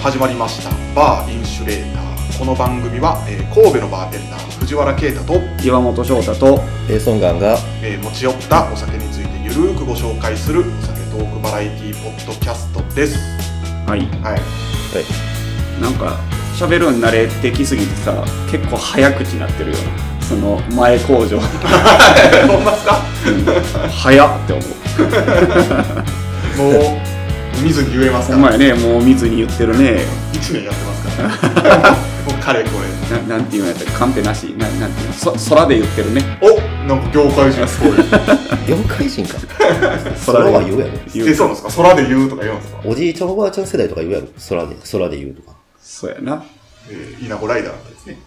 始まりましたバーインシュレーターこの番組は、えー神戸のバーテンダー藤原啓太と、岩本翔太とえー、ソンガンがえー持ち寄ったお酒についてゆるーくご紹介するお酒トークバラエティポッドキャストですはいはい なんか喋るように慣れてきすぎてさ結構早口になってるよその前工場ほんまっすか早っって 思うもう見ずに言えますほかんまらやねもう見ずに言ってるね1年やってますから もうかれこれななんていうんやったカンペなしななんていうのそ空で言ってるねおなんか業界人すごい業界人か 空 空は言うやろ言出そうなんですか空で言うとか言うんですか、おじいちゃんおばあちゃん世代とか言うやろ空で空で言うとかそうやなえー、稲子ライダーですね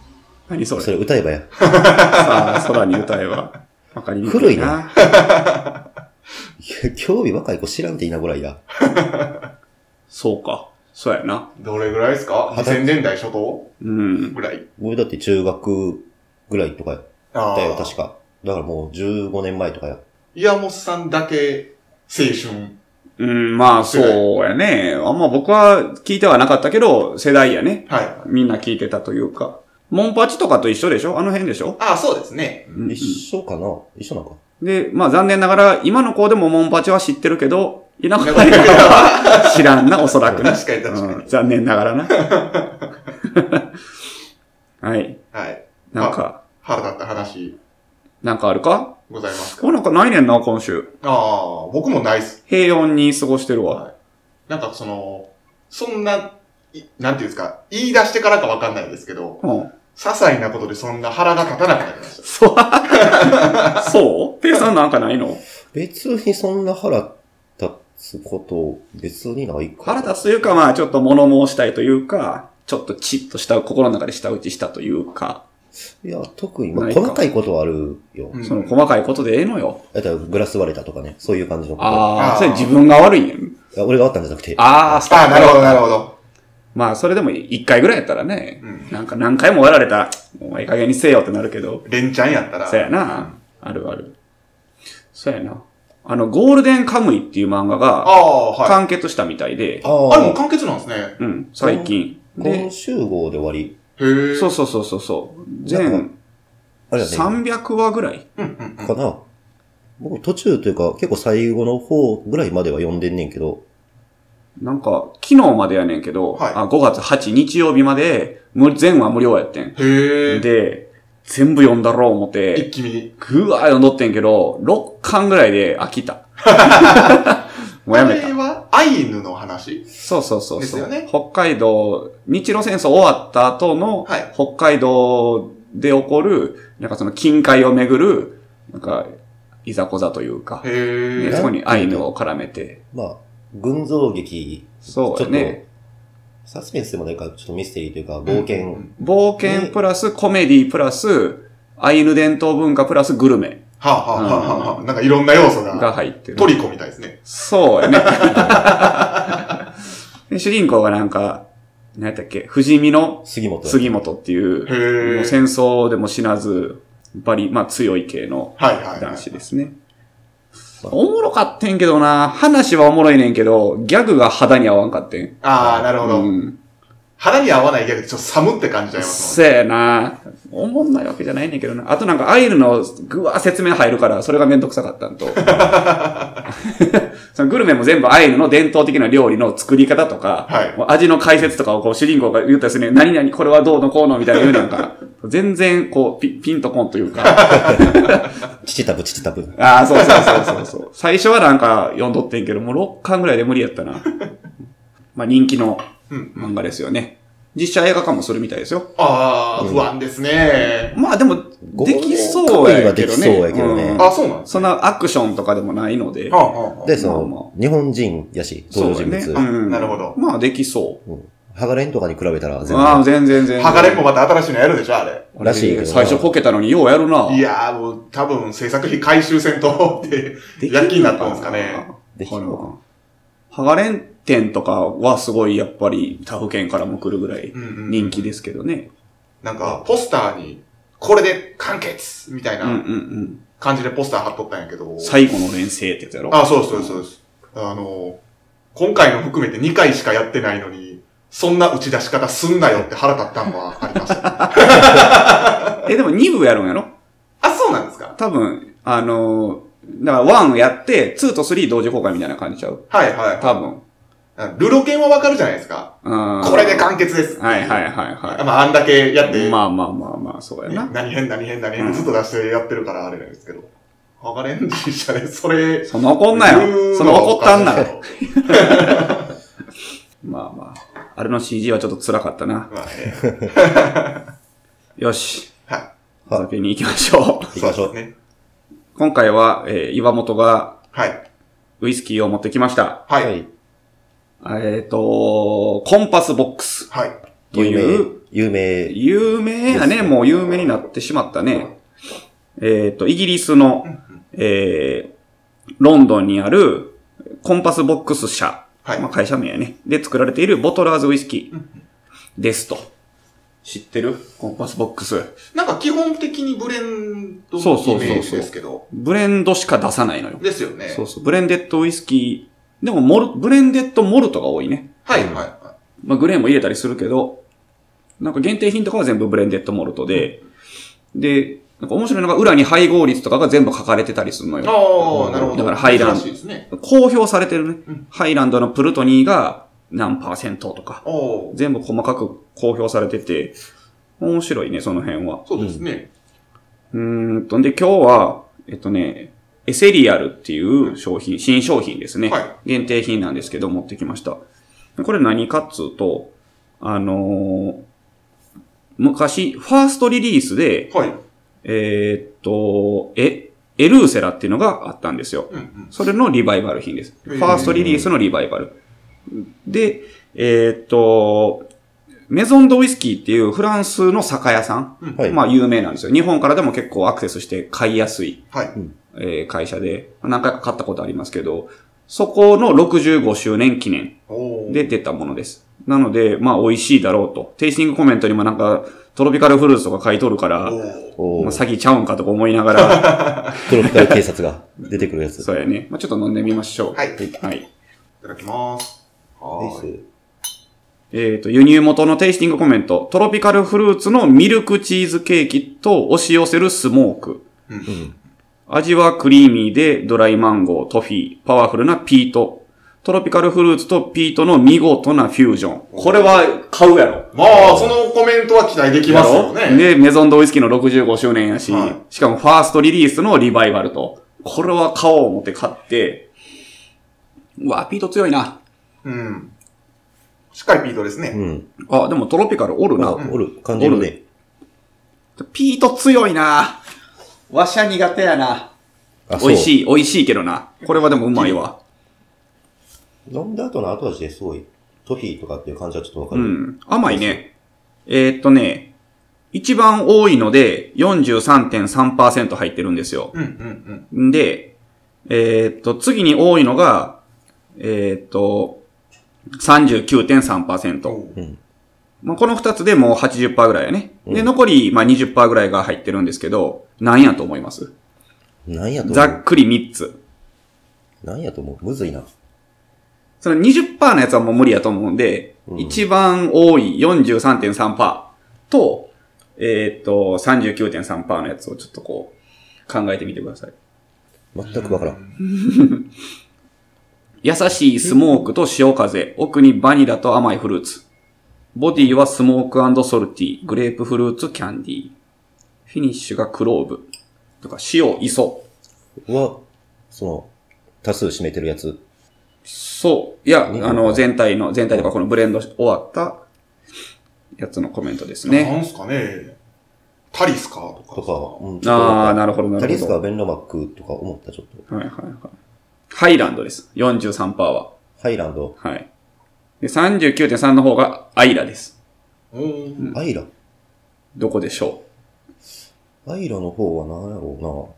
何それそれ歌えばや さあ空に歌えばわかりにくいな古いな今日興味若い子知らんって言いなぐらいやそうかそうやなどれぐらいですか二十2000年代初頭うんぐらい俺だって中学ぐらいとかやあったよあ確かだからもう15年前とかや岩本さんだけ青春うんまあそうやねあんま僕は聞いてはなかったけど世代やねはいみんな聞いてたというかモンパチとかと一緒でしょあの辺でしょああそうですねうん一緒かな一緒なんかで、まあ残念ながら、今の子でもモンパチは知ってるけど、田舎の子 は知らんな、おそらくな。確かに確かにうん残念ながらな。 はい。はいなんか、腹立った話なんかあるかございますかお、なんかないねんな、今週。ああ僕もないっす平穏に過ごしてるわ。なんかそのそんないなんていうんですか言い出してからかわかんないですけどうん。些細なことでそんな腹が立たなくなりましたそう。そうペイさんなんかないの別にそんな腹立つこと別にないか腹立つというか、まあちょっと物申したいというか、ちょっとチッとした、心の中で舌打ちしたというか、いや特に、まあ、ないか細かいことはあるよ、うんその細かいことでええのよ。だからグラス割れたとかねそういう感じのことああーあ、それ自分が悪いんやん。いや俺があったんじゃなくてああ、スタあッあフなるほどなるほどまあ、それでも一回ぐらいやったらね、うんなんか何回も割られた、もうええ加減にせえよってなるけど、連チャンやったらそやな。あるある。そやな。あの、ゴールデンカムイっていう漫画あがあはい完結したみたいで、あーあれもう完結なんですねへうん、最近。で今、週号で終わり。えそううそうそうそうそう。なん全あれだね。 300話ぐらい。うんうんうんかな。僕途中というか、結構最後の方ぐらいまでは読んでんねんけど、なんか、昨日までやねんけど、はいあ5月8日曜日まで、無全話無料やってん。へえで、全部読んだろう思って、一気にぐわー読んどってんけど、6巻ぐらいで飽き た。もうやめあたれ。はアイヌの話そうそうそうそう。ですよね北海道、日露戦争終わった後の、はい北海道で起こる、なんかその近海をめぐる、なんか、いざこざというか、へえね、そこにアイヌを絡めて、まあ、群像劇、そうやね。サスペンスでもないから、ちょっとミステリーというか、冒険。うん冒険プラスコメディプラス、アイヌ伝統文化プラスグルメはあ、はあはあはあはあ、なんかいろんな要素がが、入ってる。トリコみたいですね。そうやね。 で主人公がなんか、何やったっけ、不死身の杉本。杉本っていう、へーもう戦争でも死なず、バリ、まあ強い系のはいはい、は男子い。ですね。おもろかってんけどな、話はおもろいねんけど、ギャグが肌に合わんかってん。ああ、なるほど。うん。肌に合わないギャグでちょっと寒って感じちゃいますもんね。せやな。おもんないわけじゃないねんけどな。あとなんかアイルのぐわー説明入るから、それがめんどくさかったんと。 そのグルメも全部アイルの伝統的な料理の作り方とか、はいもう味の解説とかをこう主人公が言ったりするね、何々これはどうのこうのみたいな言うなんか、全然こうピピンとこんとい うか、チチタブ、チチタブ。ああ、そうそうそうそうそう。最初はなんか読んどってんけど、もう6巻ぐらいで無理やったな。まあ人気のうん漫画ですよね。実写映画化もするみたいですよ。ああ、うん不安ですね。まあでも、ゴでールデきンそうやけカムイはでどきね。そうやけどねうんあそうなんですそんなアクションとかでもないので。ね。はあ、はあ、で、その、まあま日本人やし、登場人物。そうあやねうんなるほど。まあできそうんハガレンとかに比べたらう。全ああ、全然。然全然。はがれんもまた新しいのやるでしょ、あれ。らしいけどな最初こけたのにようやるな。いやー、もう多分制作費回収戦闘って、できる躍のかな、起になったんですかね。できるのかハガレン店とかはすごいやっぱり他府県からも来るぐらいうんうん。人気ですけどね。なんか、ポスターに、これで完結みたいうんうんなうん。感じでポスター貼っとったんやけど。最後の連成ってやつやろ。あ、そうですそうですそうです。あの、今回の含めて2回しかやってないのに、そんな打ち出し方すんなよって腹立ったんはあり ます。あ、え、でも2部やるんやろそうなんですか多分、あのーだから1やって、2と3同時公開みたいな感じちゃうはいは多分。い。ルロケンはわかるじゃないですか。うん。これで完結です。はいはいはいはまあ、あんだけやっい。て、まあまあまあまあ、そうやな。何変何変何う変んずっと出してやってるからあれなんですけど。ハガレンジ社で それ、そんな怒んなよ。そんな怒ったんなよよ。。まあまあ。あれの CG はちょっと辛かったな。まあねよし。はお酒に行きましょい。行きましょうそですね。う。今回は、えー岩本がはい。ウイスキーを持ってきました。はい。い。えっ、と、コンパスボックスはい。という、有名。有有名名。やね、ですねもう有名になってしまったね。えっ、と、イギリスの、えー、ロンドンにあるコンパスボックス社、はいまあ、会社名やね。で作られているボトラーズウイスキーですと。知ってるコンパスボックス。なんか基本的にブレンドそうそうそうそうのイメージですけど。ブレンドしか出さないのよ。ですよね。そうそう。ブレンデッドウイスキー、でもモル、ブレンデッドモルトが多いね。はいはいはまあ、グレーンも入れたりするけど、なんか限定品とかは全部ブレンデッドモルトで、で、なんか面白いのが裏に配合率とかが全部書かれてたりするのい。よ。ああ、なるほど。だから入らん珍しいですね。公表されてるね。うんハイランドのプルトニーが何パーセントとか、ああ、全部細かく公表されてて、面白いね、その辺は。そうですね。うーんと、で、今日は、えっとね、エセリアルっていう商品、新商品ですね。は限定品なんですけど、持ってきました。これ何かっつうと、あのー昔、ファーストリリースで、はい。えーっと、え、エルーセラっていうのがあったんですよ。うんうん。それのリバイバル品です。へフーァーストリリースのリバイバル。で、えーっと、メゾンドウイスキーっていうフランスの酒屋さん。うんはいまあ有名なんですよ。日本からでも結構アクセスして買いやすい、はい。えー会社で、何回か買ったことありますけど、そこの65周年記念おお。で出たものです。なので、まあ美味しいだろうと。テイスティングコメントにもなんかトロピカルフルーツとか書いとるから、おまーおあ詐ー欺ちゃうんかとか思いながら、 トロピカル警察が出てくるやつ。そうやね。まあちょっと飲んでみましょう。はい。いはいただきます。はーい。えっ、と、輸入元のテイスティングコメント。トロピカルフルーツのミルクチーズケーキと押し寄せるスモーク。うんん味はクリーミーでドライマンゴー、トフィー、パワフルなピート。トロピカルフルーツとピートの見事なフュージョン。これは買うやろ。まあ、そのコメントは期待できますよね。で、メゾンドウイスキーの65周年やし、はいしかもファーストリリースのリバイバルと。これは買おう思って買って、うわ、ピート強いな。うん。しっかりピートですね。うん。あ、でもトロピカルおるな。まあ、おる感じるね。ピート強いなわしゃ苦手やなあそう美味しい、美味しいけどな。これはでもうまいわ。飲んだ後の後味ですごい、トフィーとかっていう感じはちょっとわかうる。ん。甘いね。えーっとね、一番多いので43.3%入ってるんですよ。うんうんんで、えーっと、次に多いのが、えーっうと、ん。 39.3%。おうーん。まあ、この二つでもう80%ぐらいやね。で、うん残り、まあ、20%ぐらいが入ってるんですけど、なんやと思いますなんやと思ざっうくり3つ。なんやと思うむずいな。その20%のやつはもう無理やと思うんで、うん一番多い43.3%と、えーっと、39.3%のやつをちょっとこう、考えてみてください。全くわからん。優しいスモークと潮風、奥にバニラと甘いフルーツ。ボディはスモークソルティ、グレープフルーツ、キャンディー。フィニッシュがクローブ。とか、塩、磯。は、その、多数占めてるやつ。そう。いや、うんあの、全体の、全体とかこのブレンドし終わったやつのコメントですね。なんすかね。タリスかとか。とか、うんああ、なるほど、なるほど。タリスカ、ベンラマックとか思った、ちょっと。はいはいはい。ハイランドです。43%は。ハイランド、はい。で、39.3の方がアイラです。おーアイラ。どこでしょアイラの方は何やろ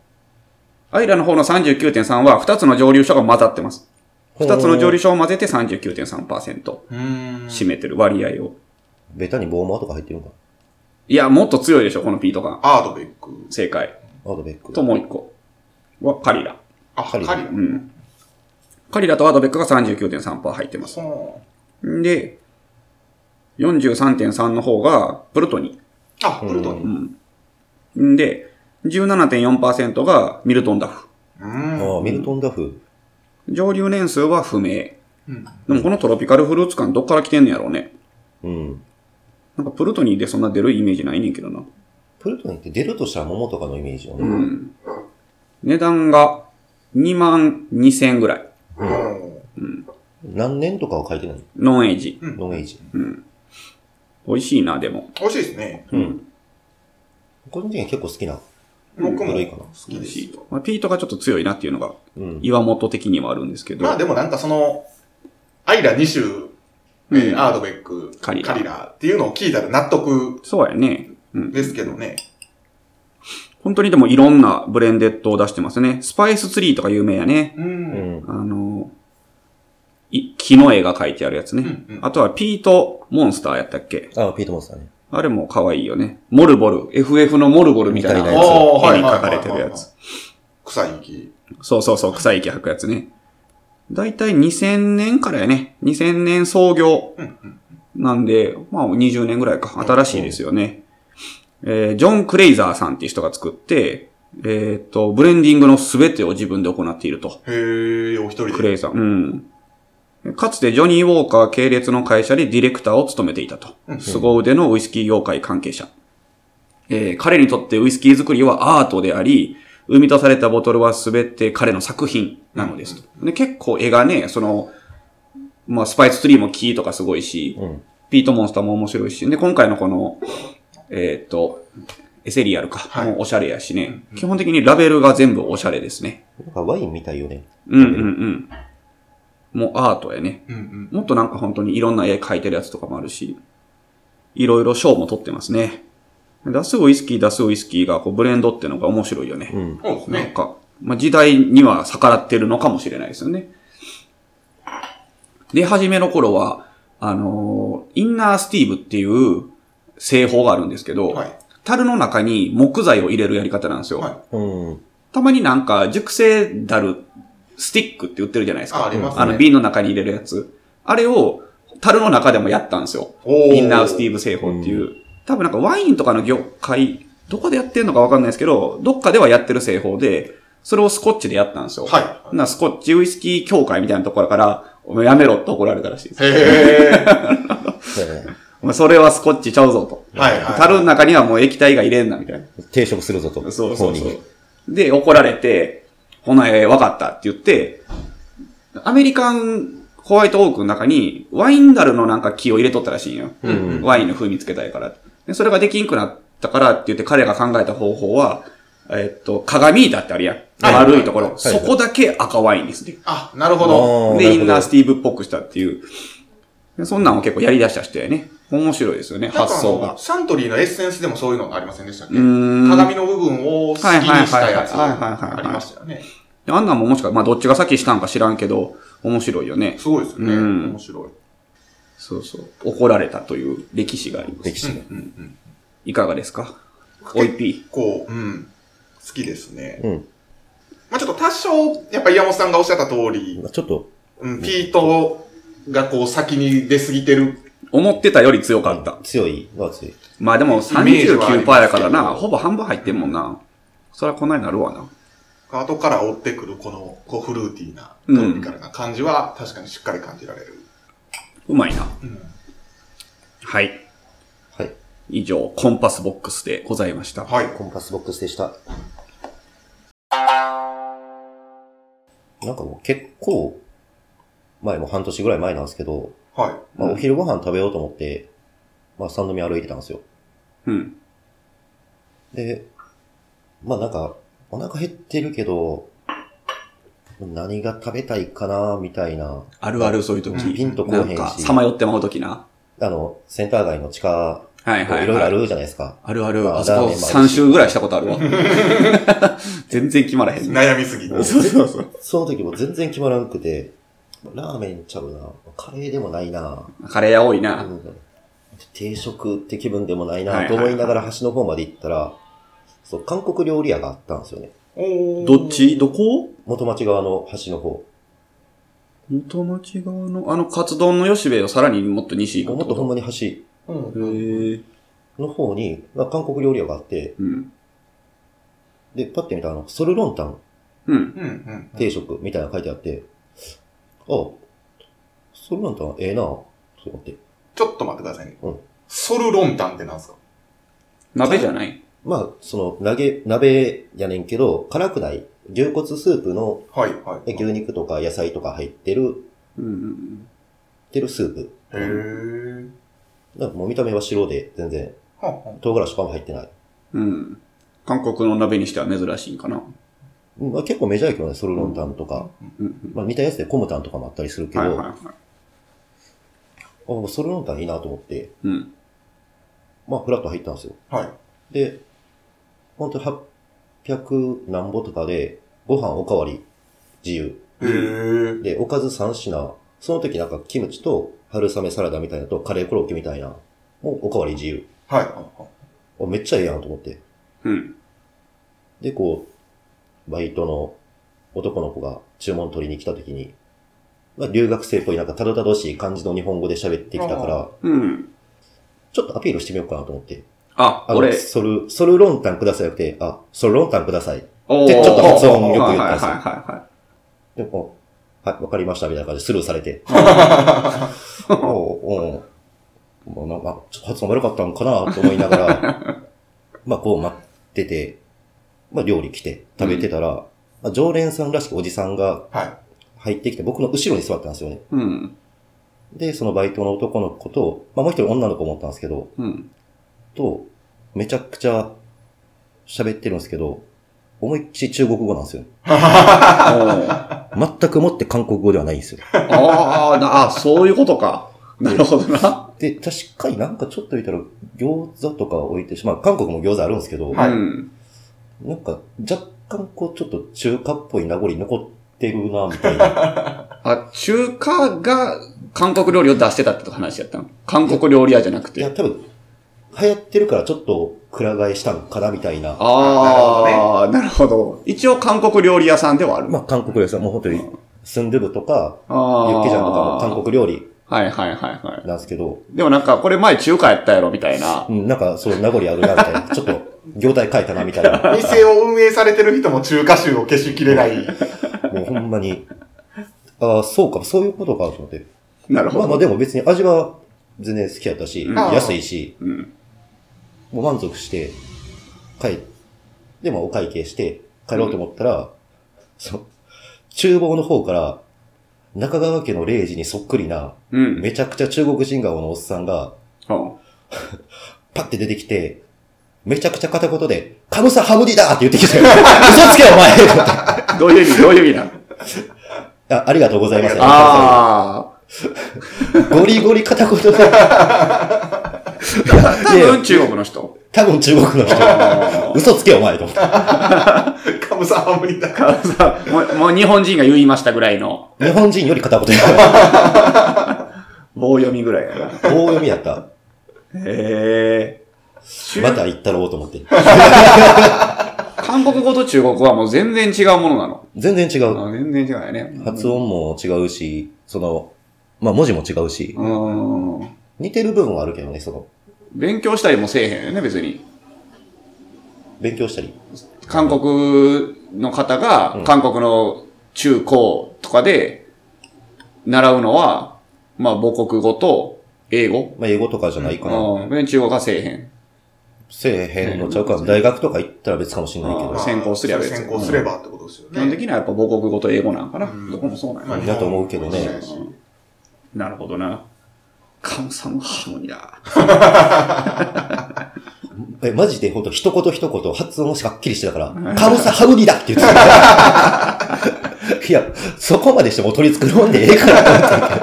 うアイラの方の39.3は2つの蒸留所が混ざってます。うな。 2つの蒸留所。所を混ぜて39.3%うーん。占めてる割合を。ベタにボーマーとか入ってるんか。いや、もっと強いでしょ、このピート感。アードベック。正解。アードベック。ともう1個はカリラ。あ、カリカリラ。うん。カリラとアドベックが39.3%入ってます。その、で、 43.3の方がプルトニあ、プルトニうー。ー。んで、17.4%がミルトンダフ。うん。ああ、ミルトンダフ。上流年数は不明。うん。でもこのトロピカルフルーツ感どっから来てんのやろうね。うん。なんかプルトニーでそんな出るイメージないねんけどな。プルトンって出るとしたら桃とかのイメージようね。ん。値段が2万2000円ぐらい。何年とかは書いてないノンエイジ。うんノンエイジ。美味しいな、でも。美味しいですね。うん。個人的には結構好きな。僕も古いかな好きです。まあ、ピートがちょっと強いなっていうのが、うん。岩本的にはあるんですけど。まあでもなんかその、アイラ2種、えーアードベック、カリラっていうのを聞いたら納得そうやね。うん。ですけどね。本当にでもいろんなブレンデッドを出してますね。スパイスツリーとか有名やね。う。うんん。あの、い木の絵が描いてあるやつうね。ん。うんあとはピートモンスターやったっけああ、ピートモンスターね。あれも可愛いよね。モルボル。FF のモルボルみたいなみ絵たにいなやつ描かれてるはいはいはいや。はいはいつ。臭い木。そうそうそう、草息吐くやつね。だいたい2000年からやね。2000年創業うんうん。なんで、まあ20年ぐらいか。新しいですよね。えージョン・クレイザーさんっていう人が作って、えーっと、ブレンディングの全てを自分で行っていると。へえ、お一人で。クレイさん。うん。かつてジョニー・ウォーカー系列の会社でディレクターを務めていたとう。ん凄腕のウイスキー業界関係者。えー彼にとってウイスキー作りはアートであり、生み出されたボトルは全て彼の作品なのですと。で結構絵がね、その、まあ、スパイスツリーも木とかすごいし、うん。ピートモンスターも面白いし、で、今回のこの、えーっと、エセリアルか、はいもうおしゃれやしね、基本的にラベルが全部おしゃれですね。なんかワインみたいよね。うんうんうん。もうアートやね。うんうん。もっとなんか本当にいろんな絵描いてるやつとかもあるし、いろいろ賞も取ってますね。出すウイスキー出すウイスキーがこうブレンドってのが面白いよね。うん。そうですなんね。か、まあ、時代には逆らってるのかもしれないですよね。で、初めの頃は、あのーインナースティーブっていう製法があるんですけど、はい。樽の中に木材を入れるやり方なんですよ。はい。うん。たまになんか熟成だるスティックって売ってるじゃないですあ、か。ありますね。あの瓶の中に入れるやつ。あれを樽の中でもやったんですよ。おーインナースティーブ製法っていう。多分なんかワインとかの業界、どこでやってるのかわかんないですけど、どっかではやってる製法で、それをスコッチでやったんですよ。はい。なスコッチウイスキー協会みたいなところから、お前やめろって怒られたらしいです。へえ。そうやね。お前それはスコッチちゃうぞと。はいはい。樽の中にはもう液体が入れんなみたいな。定食するぞと。そうそうそ法にう。で、怒られて、ほな、えー、わかったって言って、アメリカンホワイトオークの中にワインダルのなんか木を入れとったらしいんよ。うんワインの風味つけたいから。で、それができんくなったからって言って彼が考えた方法は、えっと、鏡だってあるやん。はい丸いところ。はいそこだけ赤ワインですね。あ、なるほど。あーで、インなナーるほどスティーブっぽくしたっていう。でそんなんを結構やり出した人やね。面白いですよね、なんか発あ想の、が。サントリーのエッセンスでもそういうのありませんでしたっけうーん鏡の部分を好きにしたやつはいはいはいはいはいはいはいありましたよね。であんなんももしか、まあどっちが先したんか知らんけど、面白いよね。すごいですよね。うん面白い。そうそう。怒られたという歴史があります。歴史が。うんうんいかがですか結構おいぴこう、うん。好きですね。うん。まあちょっと多少、やっぱり山本さんがおっしゃった通り、まあちょっと、うん、ピートがこう先に出過ぎてる。思ってたより強かった。強いのは強い。まあでイもメージはあり39%ますやけかどらな、ほぼ半分入ってんもんな。そりゃこんなになるわな。後から追ってくるこの、こうフルーティーな、うんトロピカルな感じは確かにしっかり感じられる。うまいな。うんはい。はい。以上、コンパスボックスでございました。はい。コンパスボックスでした。なんかもう結構、前もう半年ぐらい前なんですけど、はまあ、うんお昼ご飯食べようと思って、まあ、三宮歩いてたんですよ。うん。で、まあなんか、お腹減ってるけど、何が食べたいかな、みたいな。あるあるそういううん時。ピンとこうなへんんし。か、さまよってまう時な。あの、センター街の地下、はいいはい、はい。ろいろあるじゃないですか。あるある。まああそラーこメンもある3し周ぐらいしたことあるわ。全然決まらへい。ん。悩みすぎ。そうそうそう。その時も全然決まらなくて、ラーメンちゃうな、カレーでもないな、カレー屋多いな。うん定食って気分でもないはいな、はいとはい思いながら橋の方まで行ったら、そう、韓国料理屋があったんですよね。おーどっちどこ元町側の橋の方。元町側の、あの、カツ丼の吉兵衛をさらにもっと西行もくっとほとんまに端へうん。ーの方に、まあ韓国料理屋があって、うん。で、パッて見たら、あの、ソルロンタンうん。うんうん。定食みたいなの書いてあって、あ、ソルロンタンええなと思って。ちょっと待ってくださいね。うんソルロンタンってなんですか鍋じゃないまあ、その、鍋、鍋やねんけど、辛くない。牛骨スープのはいはい。え牛肉とか野菜とか入ってる、うんうんってるスープ。へぇなんかもう見た目は白で、全然、ー。はんはん唐辛子とかも入ってない。うん。うん。韓国の鍋にしては珍しいんかな。うんまあ、結構メジャーやけどね、ソルロンタンとか。うんうん。まあ、似たやつでコムタンとかもあったりするけど、はいはいはい。あソルロンタンいいなと思って、うん。まあ、フラッと入ったんですよ。はい。で、本当800何歩とかで、ご飯おかわり自由。へぇー。で、おかず3品。その時なんかキムチと春雨サラダみたいなのとカレーコロッケみたいな。もうおかわり自由。はいはいはい。あめっちゃええやんと思って。うん。で、こう、バイトの男の子が注文取りに来た時に、まあ、留学生っぽいなんかたどたどしい感じの日本語で喋ってきたかあら、うん。ちょっとアピールしてみようかなと思って。あ、あの、俺、ソル、ソルロンタンくださいなくて、あ、ソルロンタンください。おでちょっと発音よく言はったいんですよはいはいはでも、はい、わかりました、みたいな感じでスルーされて。おうおうまあ、まあ、ちょっと発音悪かったんかなと思いながら、まあ、こう待ってて、まあ、料理来て、食べてたら、まあ、常連さんらしきおじさんがはい。入ってきて、僕の後ろに座ったんですよね。い。うん。で、そのバイトの男の子と、まあ、もう一人女の子もおったんですけど、うん。と、めちゃくちゃ喋ってるんですけど、思いっきり中国語なんですよ。おー全くもって韓国語ではないんですよ。あーなあ、そういうことか。なるほどな。で、確かになんかちょっと言ったら、餃子とか置いてしまう。韓国も餃子あるんですけど、はいうん。なんか若干こう、ちょっと中華っぽい名残残ってるな、みたい な。あ、中華が韓国料理を出してたって話やったの韓国料理屋じゃなくいて。や、多分、流行ってるからちょっと、くら替えしたんかな、みたいな。ああ、なるほど。一応韓国料理屋さんではある。 まあ、韓国料理さん、もう本当に、スンドゥブとか、ユあーッケジャンとかも韓国料理はいはいはいはなんですけど、い。でもなんか、これ前中華やったやろみたいなう。ん、なんかそう、名残あるな、みたいな。ちょっと、業態変えたな、みたい な。店を運営されてる人も中華臭を消しきれない。もうほんまに、ああ、そうか、そういうことか、と思って。なるまあまほあど。でも別に味は全然好きやったし、うん安いし、うん。もう満足して、帰っで、まあお会計して、帰ろうと思ったら、その、厨房の方から、中川家の0時にそっくりな、うん。めちゃくちゃ中国人顔のおっさんが、はパッて出てきて、めちゃくちゃ片言で、カムサハムディだって言ってき て、嘘つけよお前と思ってあどういう意味どういう意味なの あありがとうございます。あゴリゴリ片言で、あ。 多分中国の人。多分中国の人、 嘘つけよお前と思って。カムサハムリだから。さもう、もう日本人が言いましたぐらいの日本人より片言や。棒読みぐらいやな。大読みやった。へえ。また行ったろうと思って。韓国語と中国語はもう全然違うものなの。全然違う。あ全然違うよね。発音も違うし、その、まあ文字も違うし、うん。似てる部分はあるけどね、その、勉強したりもせえへんよね、別に。勉強したり。韓国の方がう、ん韓国の中高とかで習うのは、まあ母国語と英語。まあ英語とかじゃないかな。うん。別に中国はせえへん。せえへんのちゃうか。大学とか行ったら別かもしれないけうどん。先行すりゃ別先行すればってことですよ基本ね。的にはやっぱ母国語と英語なんかな。うんどこもそうなんやまあだと思うけどね日本もなるほどな。カムサムハムニだ。え、マジでほんと一言一言発音しはっきりしてたから、カムサハムリだって言ってた。いや、そこまでしてもう取り繕うんでええからと思って。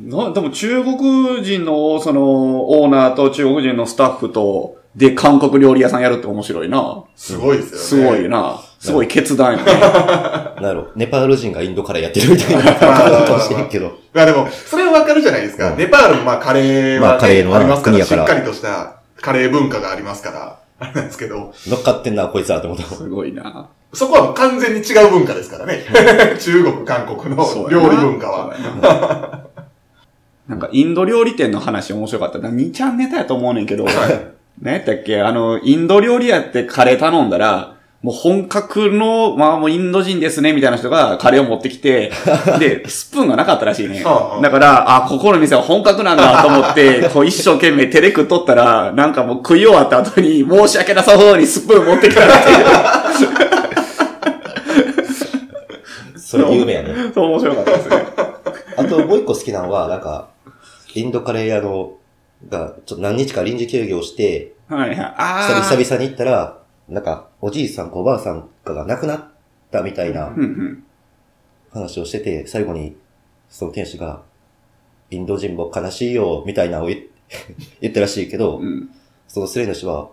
な、でも中国人の、その、オーナーと中国人のスタッフと、で、韓国料理屋さんやるって面白いな。すごいですよね。すごいな。すごい決断やね。なるほど。ネパール人がインドカレーやってるみたいな感じかもしれんけど。まあでも、それはわかるじゃないですか。うんネパールもまあカレーは、ねまあカレーのありますから国やからしっかりとしたカレー文化がありますから。あれなんですけど、乗っかってんな、こいつらって思った。すごいな。そこは完全に違う文化ですからね。 中国、韓国のや な料理文化は。。そうやな なんか、インド料理店の話面白かった。な2ちゃんネタやと思うねんけど、何やったっけあの、インド料理屋ってカレー頼んだら、もう本格の、まあもうインド人ですね、みたいな人がカレーを持って きて、で、スプーンがなかったらしいね。はあだから、あ、ここの店は本格なんだと思って、こう一生懸命手で食っとったら、なんかもう食い終わった後に、申し訳なさそうにスプーン持ってきたっていう。それ有名やね。そう面白かったですね。あともう一個好きなのは、なんか、インドカレー屋の、が、ちょっと何日か臨時休業して、はいはい。あ久々あ。久々に行ったら、なんか、おじいさんかおばあさんかが亡くなったみたいなうんうん。話をしてて、最後に、その店主が、インド人も悲しいよ、みたいなのを言 言ったらしいけどう、ん。そのスレイの主は、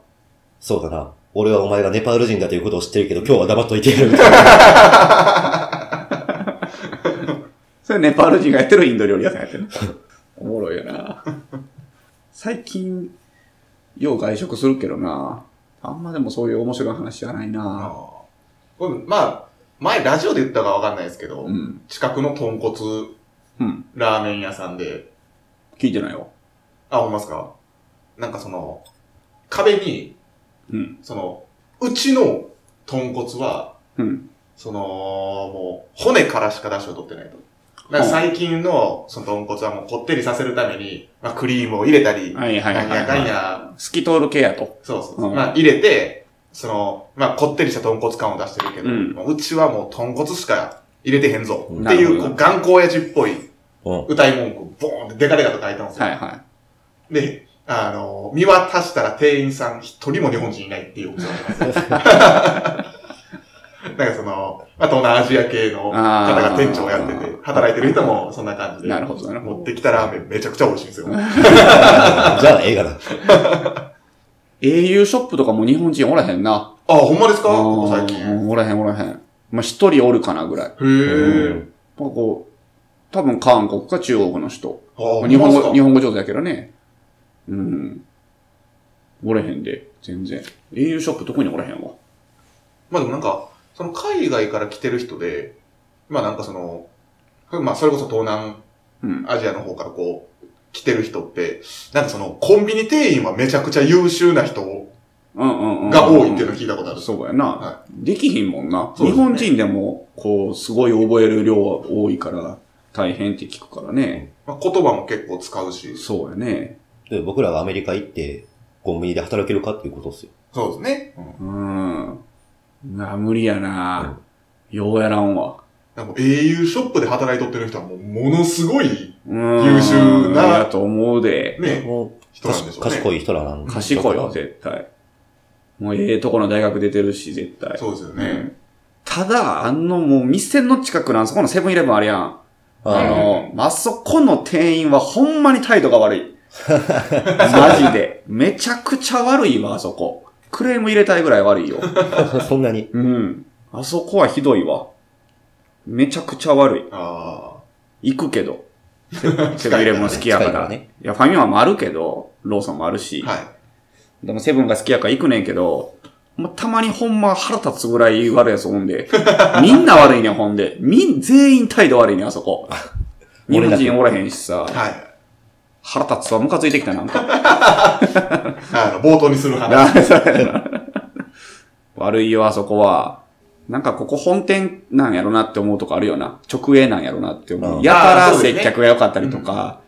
そうだな、俺はお前がネパール人だということを知ってるけど、今日は黙っといてやる、みたいな。それネパール人がやってるインド料理屋さんやってる。 おもろいよな。 最近、よう外食するけどな。あんまでもそういう面白い話じゃないあな。ーこれまあ、前ラジオで言ったかわかんないですけど、うん。近くの豚骨うん。ラーメン屋さんで、聞いてないよ。あ、ほんますかなんかその、壁に、うん。その、うちの豚骨は、うん。その、もう、骨からしか出汁を取ってないと。だから最近の、その豚骨はもうこってりさせるために、まあ、クリームを入れたり、はいはいはなんやかんい、はや、い。透き通る系やと。そうそうそううんまあ、入れて、その、まあ、こってりした豚骨感を出してるけど、うんもううちはもう豚骨しか入れてへんぞ。うんっていう、こなるほどう、頑固親父っぽいうん。歌い文句をボーンってデカデカと書いたんですよ。はいはで、あの、見渡したら店員さん一人も日本人いないっていうオプション なんですよなんかその、まあ、東南アジア系の方が店長をやってあてー、働いてる人もそんな感じい。で。なるほど、なるほ持っど。てきたラーメンめちゃくちゃ美味しいんですよ。じゃあ、映画だ。 au ショップとかも日本人おらへんな。あ、ほんまですかここあ最ー近。へうんおらへんおらへん。まあ、一人おるかなぐらい。え。なんかこう、多分韓国か中国の人。あ、ほんま日本です語、か日本語上手やけどね。うん。おれへんで、全然。au ショップ特におれへんわ。まあでもなんか、その海外から来てる人で、まあなんかその、まあそれこそ東南うん。アジアの方からこう、来てる人って、なんかその、コンビニ店員はめちゃくちゃ優秀な人うんうんうん。が多いっていうのを聞いたことある。そうやな、はできひんもんな。そうで日すね本人でも、こう、すごい覚える量は多いから、大変って聞くからね。まあ、言葉も結構使うし。そうやね。で僕らがアメリカ行って、コンビニで働けるかっていうことですよ。そうですね。うん。うん。な、無理やな。ようやらんわ。でも au ショップで働いとってる人はもう、ものすごい、うん。優秀なやと思うで。ね、もう、人なんでしょうね。賢い人らなんで賢いよ、絶対。もうええとこの大学出てるし、絶対。そうですようね。んただ、あのもう店の近くのあそこのセブンイレブンあるやん。ああの、あそこの店員はほんまに態度が悪い。 マジで。めちゃくちゃ悪いわ、あそこ。クレーム入れたいぐらい悪 いよ。 の、そんなに。うん。あそこはひどいわ。めちゃくちゃ悪あい。行くけど。セブンイレブン好きやか。近いかららねいや、ファミマもあるけど、ローソンもあるし。あ。はい。でもセブンが好きやから行くねんけど、もうたまにほんま腹立つぐらい悪いやつおんで。みんな悪いねん、ほんで。みん、全員態度悪いねん、あそこ。日本人おらへんしさ。はい。腹立つわ、ムカついてきた、なんか。あの、冒頭にする話。なそうやな 悪いよ、あそこは。なんかここ本店なんやろなって思うとこあるよな。直営なんやろなって思うう。んやたあーらそうです接ね客が良かったりとか、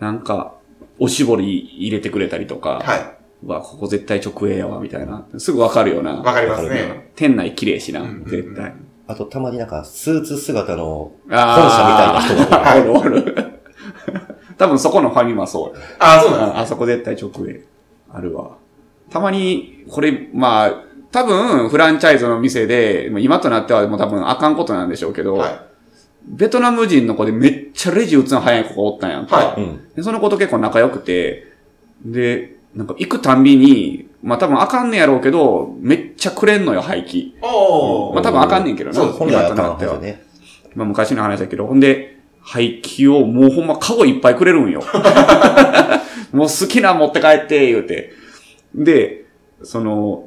なんか、おしぼり入れてくれたりとか、はうわ、ここ絶対直営やわ、みたいな。すぐわかるよな。い。わかりますわかね。店内綺麗しなうんうんうん、絶対。あと、たまになんか、スーツ姿の、あ本社みたいな人があー、おるおる。多分そこのファミマそうや。ああ、そうなんああそこ絶対直営。あるわ。たまに、これ、まあ、多分、フランチャイズの店で、もう今となってはもう多分あかんことなんでしょうけど、はい。ベトナム人の子でめっちゃレジ打つの早い子がおったんやんか。はうん。でその子と結構仲良くて、で、なんか行くたんびに、まあ多分あかんねやろうけど、めっちゃくれんのよ、廃棄。い。おまあー。多分あかんねんけどな、そうです本今来とあかんなはっずてはよ。ね。まあ昔の話だけど、ほんで、廃棄をもうほんまカゴいっぱいくれ るんよ。もう好きなん持って帰って、言うて。で、その、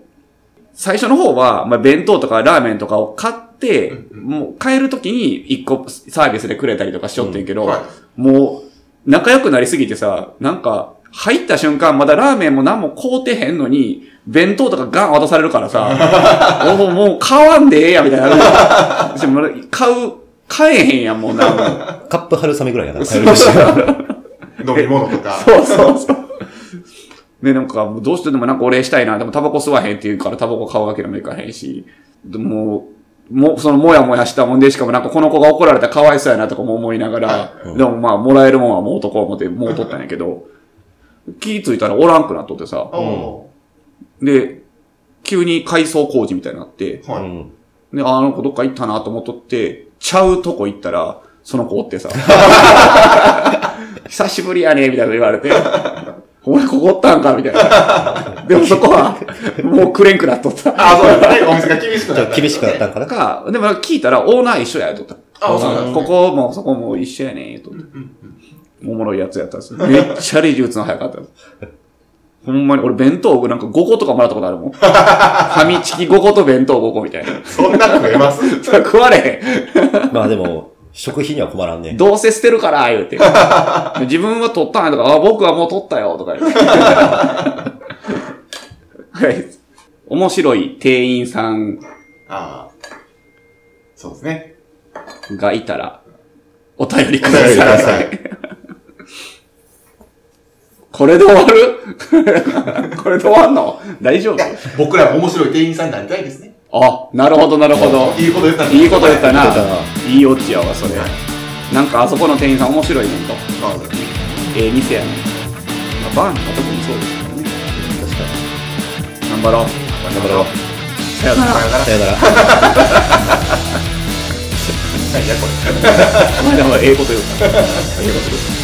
最初の方は、まあ、弁当とかラーメンとかを買って、うんうんもう帰るときに一個サービスでくれたりとかしよってんけど、はいもう、仲良くなりすぎてさ、なんか、入った瞬間、まだラーメンも何も買うてへんのに、弁当とかガン渡されるからさ、もうもう買わんでええや、みたい な。でも買う、買えへんやん、もうな。カップ春雨ぐらいやな。そう飲み物とか。そうそうそう。ね、なんか、どうしてでもなんかお礼したいな。でもタバコ吸わへんって言うからタバコ買うわけにもいかへんし。でもう、もう、そのもやもやしたもんで、しかもなんかこの子が怒られたらかわいそうやなとかも思いながら、うんでもまあ、もらえるもんはもう男を思って、もう取ったんやけど、気ぃついたらおらんくなっとってさ。おで、急に改装工事みたいになって、ーは うい。ん。で、ああの子どっか行ったなと思っとって、ちゃうとこ行ったら、その子おってさ、 久しぶりやね、みたいな言われて、俺ここおったんか、みたいな。でもそこは、もうくれんくなっとった。あ、そうですね。お店が厳しくちょなっっとた。厳しくなったんかだな。から、でも聞いたらオーナー一緒や、とった。あ、そうなんですねここもそこも一緒やね、と。うんうんおもろいやつやったんですよ。めっちゃレジ打つの早かったです。ほんまに、俺弁当なんか5個とかもらったことあるもん。ファミチキ5個と弁当5個みたいな。 そんな食えますそれ食われへん。まあでも、食費には困らんね。どうせ捨てるから、言うて。自分は取ったんやとか、あ、僕はもう取ったよ、とか言うて。はい。面白い店員さんああ。そうですね。がいたら、お便りくだお便りくだささい。いこれで終わるこれで終わんの大丈夫僕らも面白い店員さんになりたいですね。あ、なるほど、なるほど。いいこと言ったねいいこと言ったな言ってたないいオチやわ、それ。なんかあそこの店員さん面白いねんと。そうですね。ええ店やねん。まあバーンとか特にそうですからね。確かに。頑張ろう。頑張ろさよなら。さよならう。。さよなら。何やこれ。お前らは英語と言うから。英語と言うから